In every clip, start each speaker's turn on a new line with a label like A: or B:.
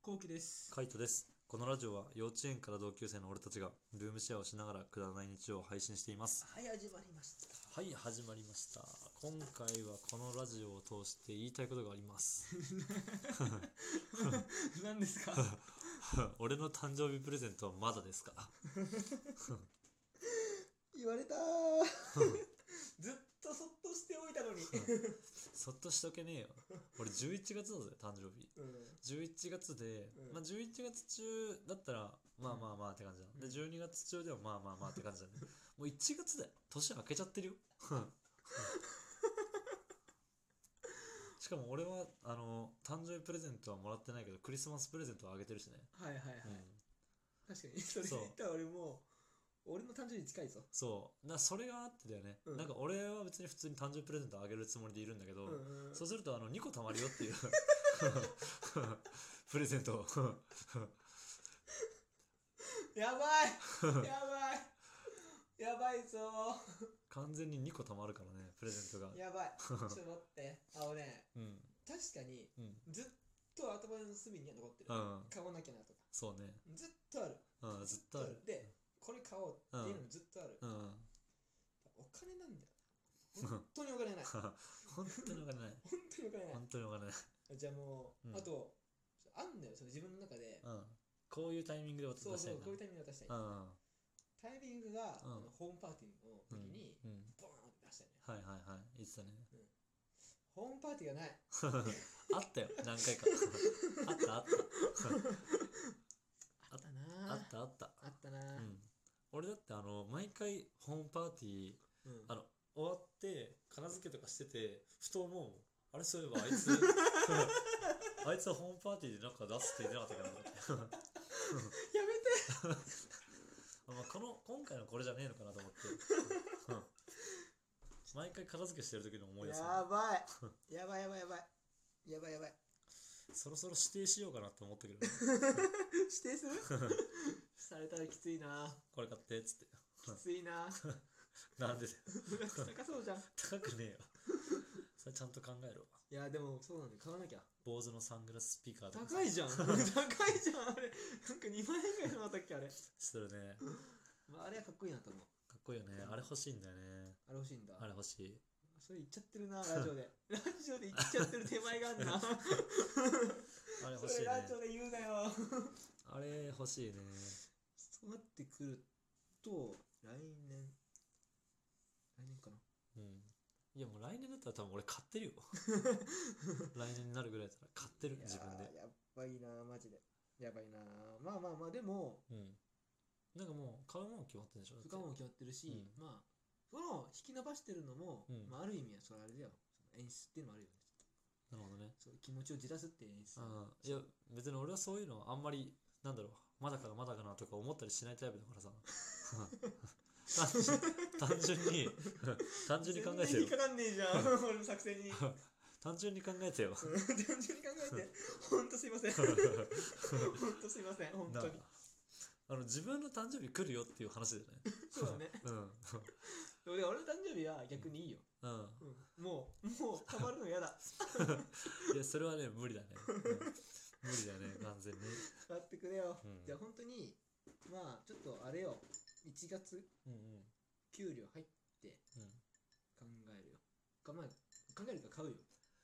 A: こうきです。
B: カイトです。このラジオは幼稚園から同級生の俺たちがルームシェアをしながらくだらない日常を配信しています。
A: はい、始まりました。
B: はい、始まりました。今回はこのラジオを通して言いたいことがあります。
A: 何ですか
B: 俺の誕生日プレゼントはまだですか
A: 言われたー ずっとそっとしておいたのに。
B: そっとしとけねえよ。俺11月だぜ、誕生日。
A: うん、
B: 11月で、
A: うん
B: まあ11月中だったら、まあまあまあって感じだ。で、12月中でもまあまあまあって感じだ ね。もう1月で年明けちゃってるよ。 しかも俺は、あの、誕生日プレゼントはもらってないけど、クリスマスプレゼントはあげてるしね。
A: はいはいはい。
B: うん
A: 確かに、それで
B: そう
A: 言ったら俺も、俺の誕生日に近いぞ。
B: そう。な、それがあってだよね。
A: うん
B: なんか俺は別に普通に誕生日プレゼントあげるつもりでいるんだけど、
A: うんうん
B: そうするとあの2個貯まる よっていう プレゼントを
A: やば いやばいやばいぞ
B: 完全に2個貯まるからね、プレゼントが
A: ー。や ばい。ちょっと待って。あのね、
B: うん。
A: 確かに
B: うん。
A: ずっと頭の隅には残ってる
B: う。ん。
A: 買わなきゃなとか。
B: そうね。
A: ずっとある。
B: うん。ずっとある。
A: で、これ買おうっていうのもずっとある。
B: うん。
A: お金なんだよな。本当にお金ない。
B: 本当にお 金ない。
A: 本当にお金ない
B: 本。当にお金ない。
A: じゃあもう、
B: うん
A: あと、あんだよ、その自分の中で。
B: うん。こういうタイミングで渡
A: そう
B: した
A: そ、
B: いうな。
A: こういうタイミングで出したい。
B: うん。
A: タイミングが、
B: うん
A: あのホームパーティーの
B: うん
A: 時に、
B: うん。
A: ボーンって出したいね。
B: はいはいはい。言ってたね。
A: ホームパーティーがない。
B: あったよ。何回か。あったあっ
A: あったな
B: た。あ
A: あ
B: っ。たあった。
A: あったな
B: う
A: ぁ。
B: ん。俺だってあの、毎回ホームパーティー
A: うん
B: あの終わって片付けとかしてて、ふと思うもん。あれそういえばあい つ、あいつはホームパーティーでなんか出すって言ってなかったけど。
A: やめて
B: あまあ、この今回のこれじゃねえのかなと思 って、うん毎回片付けしてる時の思い出すね
A: やば いやばいやばいやばい。やばいやばい。
B: そろそろ指定しようかなと思ったけどね、
A: 指定する されたらきついなぁ。
B: これ買ってっつって
A: きつい なぁ。
B: なんでだよ
A: 高そうじゃん。い
B: 高くねえよそれちゃんと考えろ
A: や、でもそうなんだよ、買わなきゃ。
B: 坊主のサングラススピーカーとか
A: 高いじゃ ん。高いじゃん、あれ。なんか2万円ぐらいのあったっけ、あれ。
B: するね
A: まあ、あれはかっこいいなと思う。
B: かっこいいよねあれ欲しいんだよね
A: あれ欲しいんだ。
B: あれ欲しい
A: それ言っちゃってるな、ラジオ で。ラジオで言っちゃってる手前があんな。
B: あれ
A: そ
B: 欲しい
A: れ
B: ね
A: ラジオで言うなよ。
B: あれ欲しいね
A: そうなってくると、来年。来年かな。
B: うんいやもう来年だったら多分俺買ってる よ来年になるぐらいだったら買ってる
A: いやー
B: 自分で
A: やばいな、マジで。やばいな。まあまあまあ、でも、
B: うんなんかもう買うもん決まってるんでしょだっ
A: 不可
B: て
A: も決まってるし、まあ、その引き伸ばしてるのも、
B: うん
A: まあ、ある意味はそれあれだよ。その演出っていうのもあるよね。
B: なるほどね。
A: そう気持ちをじらすっていう演出。
B: うん。いや、別に俺はそういうのあんまり、なんだろう、まだかな、まだかなとか思ったりしないタイプだからさ。単純単純に、単純に考えて
A: 全然引
B: よ
A: っ。かかんねえじゃ ん、俺の作戦に。
B: 単純に考えてよ。
A: うん単純に考え て、ほんとすいません。ほんとすいません、ほん
B: な
A: とに。
B: あの、自分の誕生日来るよっていう話だよね。
A: そうだね。
B: うん。
A: で俺の誕生日は逆にいいよ。
B: うん。
A: うん、もう、もう、たまるの嫌だ。
B: いや、それはね、無理だね。うん無理だね、完全に。
A: やってくれよ。
B: うん
A: じゃあ、ほんとに、まあ、ちょっとあれよ、1月、
B: うんうん。
A: 給料入って
B: うん
A: 考えるよ。かまあ、考えるか買うよ。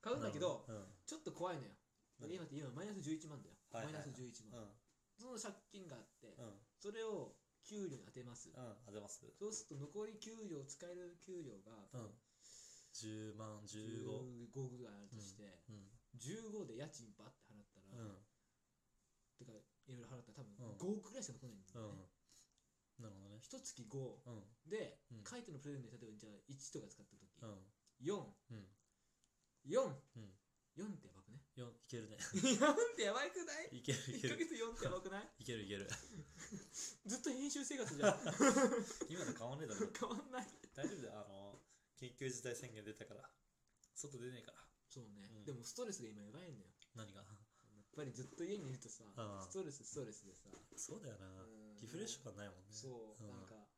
A: 買うんだけど、
B: うん。うん
A: ちょっと怖いのよ。だって
B: う
A: 今って今マイナス11万だよ。
B: はいはいはい
A: マイナス11万、その借金があって、
B: うん。
A: それを給料に当てます。
B: うん。当てます
A: そうすると残り給料使える給料が、
B: うん。10万、15。
A: 15ぐらいあるとして、
B: うん。
A: 15で家賃バッて払ったら、
B: うん。
A: てかいろいろ払ったら多
B: うん
A: 分5億ぐらいしか残らないんだ
B: う
A: よね、
B: ん。なるほどね。
A: 一月5
B: うん。
A: で、
B: うん
A: カイトのプレゼントで例えばじゃあ1とか使った時、
B: うん。うん。
A: 44、
B: うん
A: 4ってやば くね
B: よいけるね。
A: 4ってやばくない
B: いけるいけ
A: ?1 ヶ
B: る。
A: 月4ってやばく ない
B: いけるいける。
A: ずっと編集生活じゃん
B: 今の変わんねえだろ。
A: 変わんない
B: 大丈夫だよ。あの、緊急事態宣言出たから。外出ねえから。
A: そうね、
B: うん
A: でもストレスが今やばいんだよ
B: 何が
A: やっぱりずっと家にいるとさ、
B: うん
A: ストレスストレスでさ、
B: そうだよな。
A: うん
B: リフレッシュ感ないもんね。
A: そう、
B: ん
A: なんか、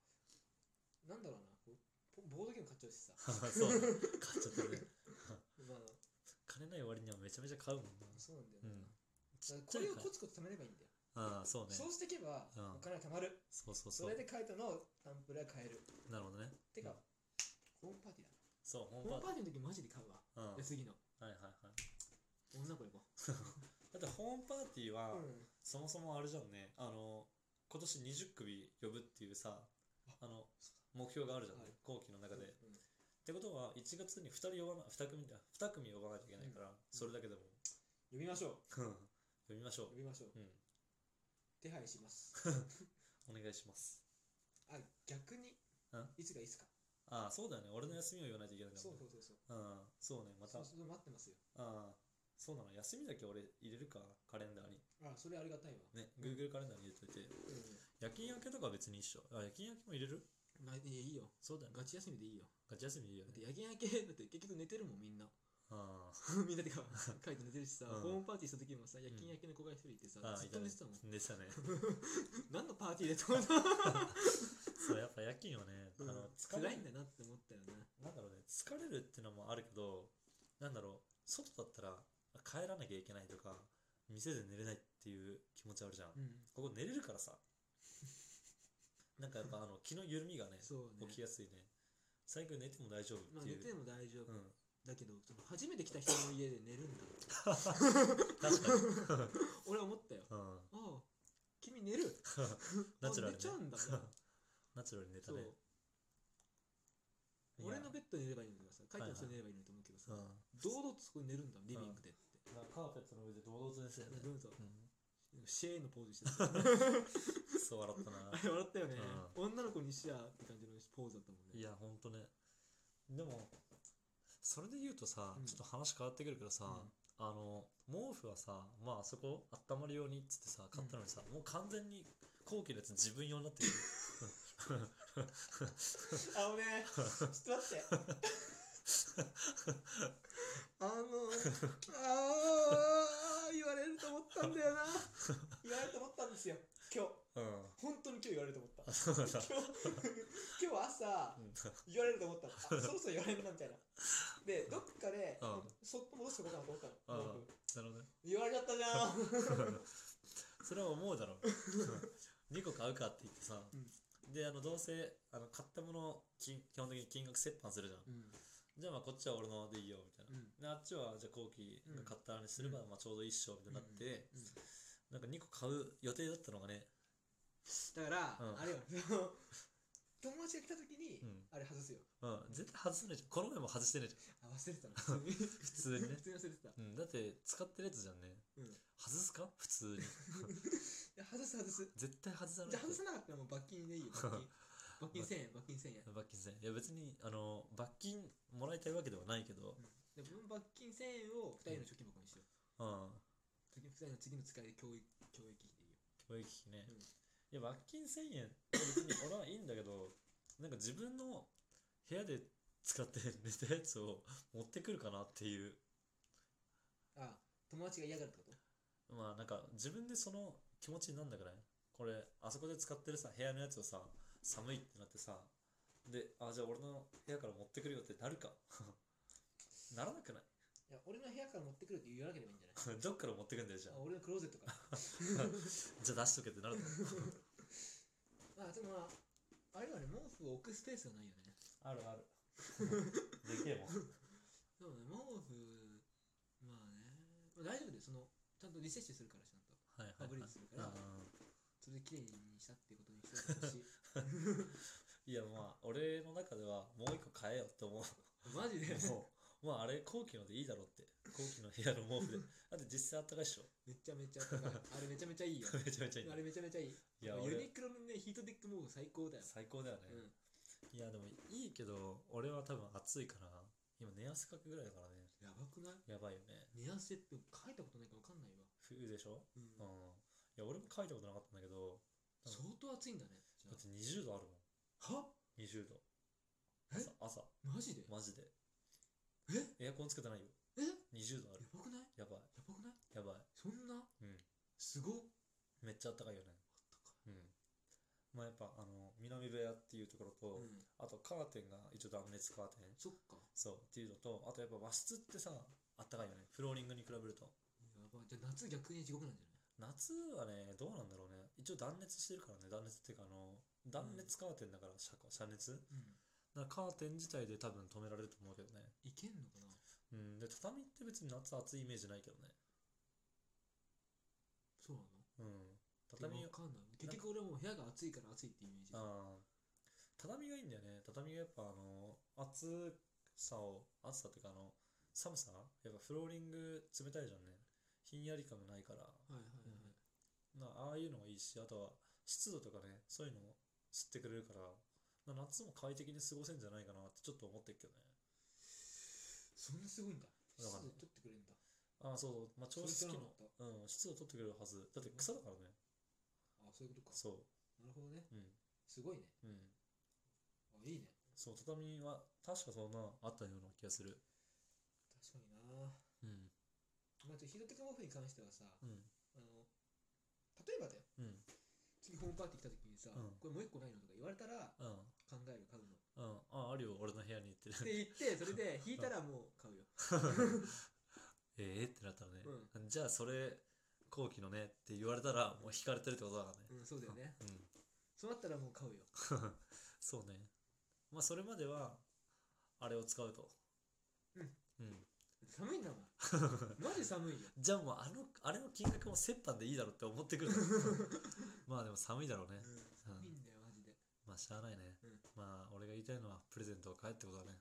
A: なんだろうな、こうボボードゲーム買っちゃうしさ、
B: そう。買っちゃったね。
A: まあ、
B: 金ない割にはめちゃめちゃ買うもんな。
A: そうなんだよ
B: う
A: な、
B: ん。ちっち
A: こ
B: ゃい
A: れを
B: から
A: コツコツ貯めればいいんだよ。
B: ああそうね
A: そうしていけば、
B: うん
A: お金が貯まる。
B: そうそう
A: そ
B: そ
A: れ
B: う
A: でカイトのサンプルは買える。
B: なるほどね
A: て
B: う
A: か
B: ん、
A: ホームパーティーだ。
B: そう
A: ホ
B: ホーム
A: ーム
B: パ
A: パーティーの時マジで買うわ。
B: ーうん
A: で、次の。
B: はいはいはい
A: 女子行こ
B: だってホームパーティーは、
A: う。うん。
B: そもそもあれじゃんねあの今年20組呼ぶっていうさあの目標があるじゃん、
A: はい
B: 後期の中で、っ
A: うん
B: てことは1月に2人呼ばな2組だ2組呼ばなきゃいけないから、それだけでも
A: 呼びましょ
B: うん呼びましょ
A: う。呼びましょう。
B: う、うん、
A: 手配します。
B: お願いします
A: あ、逆に
B: うん、
A: いつがいいっすか。
B: ああそうだよね俺の休みを言わないといけないんだ
A: そ
B: もん
A: う
B: ね
A: そうそうそう。
B: うんそうねまた
A: そうそう待ってますよ。
B: ああそうなの休みだけ俺入れるかカレンダーに
A: あ、それありがたいわ。
B: ね Google カレンダーに入れといて
A: う
B: 夜勤明けとかは別に一緒あ夜勤明けも入れる
A: ん。まあ、いやいいよ。
B: そうだよね
A: ガチ休みでいいよ。
B: ガチ休みいいよ
A: だっ
B: ね
A: て夜勤明け、だって結局寝てるもん、みんな。
B: ああ
A: みんなで か、カイト寝てるしさ、
B: う
A: ホー
B: ん
A: ムパーティーした時もさ、夜勤明けの子が一人いてさ、
B: ああ
A: ず
B: い
A: っと
B: たね
A: 寝てたもん。
B: 寝てたね
A: 何のパーティーでと思った。
B: そうやっぱ夜勤はねあ
A: うん
B: の疲れ
A: 辛いんだなって思ったよね。
B: なんだろうね疲れるってのもあるけどなんだろう外だったら帰らなきゃいけないとか店で寝れないっていう気持ちあるじゃん
A: うん。
B: ここ寝れるから さなんかやっぱあの気の緩みがね
A: そうね
B: 起。きやすいね最近寝ても大丈夫
A: ま
B: っ
A: あ
B: てい
A: 寝
B: う、
A: ても大丈夫。
B: うん
A: だけど、その初めて来た人の家で寝るんだ。
B: 確かに、
A: 俺は思ったよ。
B: うん、
A: ああ、君寝る。
B: ナチュラル
A: あ寝
B: に
A: ちゃうんだもん
B: ナチュラルに寝た
A: そう
B: ね。いや
A: 俺のベッドで寝ればいいのにとかさ、カイトの人で寝ればいいのにと思うけどさ
B: うん、、
A: 堂々とそこに寝るんだ、リビングでって。
B: なんかカーペットの上で堂々と寝てたよね、
A: どうぞ
B: うん、
A: シェーのポーズしてた。
B: そう笑ったな
A: あれ笑ったよね。女の子にシェアって感じのポーズだったもんね。
B: いやほんとねでもそれで言うとさ、
A: うん
B: ちょっと話変わってくるけどさ、あの毛布はさまああそこ温まるようにっつってさ買ったのにさ、もう完全に後期のやつ自分用になっ てる
A: あのね、ちょっ と待って。あの、あー、言われると思ったんだよな。言われると思ったんですよ、今日。
B: うん
A: 本当に今日言われると思った。
B: あそう なんだ
A: 今日今日朝、
B: うん
A: 言われると思ったの。あそろそろ言われるなみたいな。で、どっかで、
B: うん
A: そっと戻しておこうかなと思ったの。
B: うんなるほどね
A: 言われちゃったじゃん。
B: それは思う だろう2個買うかって言ってさ、であのどうせあの買ったもの金基本的に金額折半するじゃん
A: うん
B: じゃあまあこっちは俺のでいいよみたいな、
A: うん
B: であっちはじゃあ後期が買ったあれにすれば、
A: うん
B: まあちょうど一緒みたいになって、
A: うん
B: なんか2個買う予定だったのがね、
A: だから、
B: うん
A: あれよ、その友達が来た時に、
B: うん
A: あれ外すよ。
B: うん、絶対外せないじゃんこの前も外してないじ
A: あ、忘れてた な。普通に。普
B: 通にね
A: 普通に忘れてた。
B: ゃん、うん、だって使ってるやつじゃんね
A: うん。い
B: 外すか普通に
A: や、外す外す。
B: 絶対外さない
A: じゃあ外さなかったらもう罰金でい いよ。罰金。罰金1000円、罰金1000円。
B: 罰金せんいや別にあの罰金もらいたいわけではないけど、
A: で、この罰金1000円を2人の貯金箱にしよう。
B: うん、
A: 次2人の次の使いで教育、教育費でいいよ。
B: 教育費ね、
A: うん
B: いや罰金1000円別に俺はいいんだけどなんか自分の部屋で使って寝たやつを持ってくるかなっていう
A: あ、友達が嫌がるってこと
B: まあなんか自分でその気持ちになんだからねこれあそこで使ってるさ部屋のやつをさ寒いってなってさであじゃあ俺の部屋から持ってくるよってなるか ならなくない
A: いや、俺の部屋から持ってくるって言わなければいいんじゃない
B: どっから持ってくんだよじゃ
A: あ
B: あ
A: 俺のクローゼットから。
B: じゃあ出しとけってなると思
A: あ、でもまあ、あれはね、毛布を置くスペースがないよね。
B: うあるある でけえもん
A: でもね、毛布、まあね、まあ、大丈夫だよ。その、ちゃんとリセッシュするから、ちゃんと。
B: はいはい、
A: ファブリー
B: は
A: ズする
B: い、
A: から、それで綺麗にしたっていうことにしてほしい。
B: うんいやまあ俺の中ではもう一個買えよって思う
A: マジで
B: もう まああれ後期のでいいだろうって後期の部屋の毛布でだって実際あったかいっしょ
A: めちゃめちゃあったかいあれめちゃめちゃいいよ。
B: めちゃめちゃいいんだ
A: あれめちゃめちゃいい。
B: いや
A: ユ
B: 俺
A: ニクロのね、ヒートテック毛布最高だよ。
B: 最高だよね、
A: うん。
B: いやでもいいけど俺は多分暑いから今寝汗かくぐらいだからね
A: やばくない
B: やばいよね
A: 寝汗って書いたことないからわかんないわ。
B: 冬でしょ
A: うん
B: うんいや俺も書いたことなかったんだけど
A: 相当暑いんだね。じゃ
B: だって20度あるも
A: あは
B: ん20度
A: え
B: 朝朝
A: マジで
B: マジで
A: え
B: エアコンつけてないよ
A: えや
B: 20度ある
A: ばくない
B: やばい
A: やばくない
B: やばい
A: そんな
B: うん
A: すごっ
B: めっちゃ暖かいよねうんまあやっぱあの南部屋っていうところ
A: う
B: と、
A: ん。
B: あとカーテンが一応断熱カーテン
A: そっか。
B: そうっていうのとあとやっぱ和室ってさあったかいよねフローリングに比べると
A: やばい。じゃあ夏逆に地獄なんじゃない
B: 夏はね、どうなんだろうね。一応断熱してるからね、断熱っていうか、あの、断熱カーテンだから、遮遮熱
A: うん。
B: だからカーテン自体で多分止められると思うけどね。
A: いけんのかな
B: うん、で、畳って別に夏暑いイメージないけどね。
A: そうなの
B: うん。
A: 畳
B: 畳
A: わ
B: を、
A: かんない。結局俺はもう部屋が暑いから暑いってイメージ。
B: あー畳がいいんだよね。畳がやっぱあの、暑さを、暑さっていうかあの、寒さやっぱフローリング冷たいじゃんね。ひんやり感がないから。
A: はいはいはい。
B: なああいうのがいいし、あとは湿度とかね、そういうのを吸ってくれるから、な夏も快適に過ごせんじゃないかなってちょっと思ってるけどね。
A: そんなすごいんだ。湿
B: わかんな
A: 度
B: い
A: 取ってくれるんだ。
B: ああ、そうそう、まあ、調湿機能
A: それ知らなかっ、
B: うん、湿度取ってくれるはず。だって草だからね。
A: あ、そういうことか。
B: そ
A: なるほどね。
B: う。うん。
A: すごいね。
B: うん。
A: あ、いいね。
B: そう、畳は確かそんなあったような気がする。
A: 確かにな。
B: うん。
A: まあ、ちょっとヒートテクオフに関してはさ、
B: うん。
A: あの、例えばだよ。
B: うん。
A: 次ホームパーティー来た時にさ、
B: うん
A: これもう一個ないのとか言われたら、
B: うん。
A: 考える、買 うの。っ
B: うん。ああ、あるよ、俺の部屋に行ってる。
A: て言って、それで引いたらもう買うよ。
B: ええってなったらね、
A: う
B: じゃあそれ、後期のねって言われたら、もう引かれてるってことだからね。
A: うん、そうだよね。
B: うん。
A: そうなったらもう買うよ。
B: そうね。まあ、それまでは、あれを使うと。
A: うん。
B: うん。
A: 寒いんだもん。 マジ寒いよ。
B: じゃあもう、あの、あれの金額も折半でいいだろうって思っ てくる。まあ、でも寒いだろうね。
A: うん、寒いんだよ、マジで。
B: まあ、しゃあないね。
A: うん
B: まあ、俺が言いたいのは、プレゼントを買えってことだね。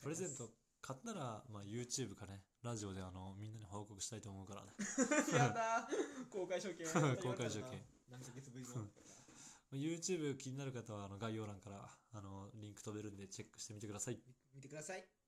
B: プレゼント買ったら、まあ、YouTube かね、ラジオであの、みんなに報告したいと思うからね。
A: やだー公開処刑
B: 公開処刑
A: 何ヶ月ぶりの
B: YouTube 気になる方は、あの、概要欄から、あの、リンク飛べるんで、チェックしてみてください。
A: 見てください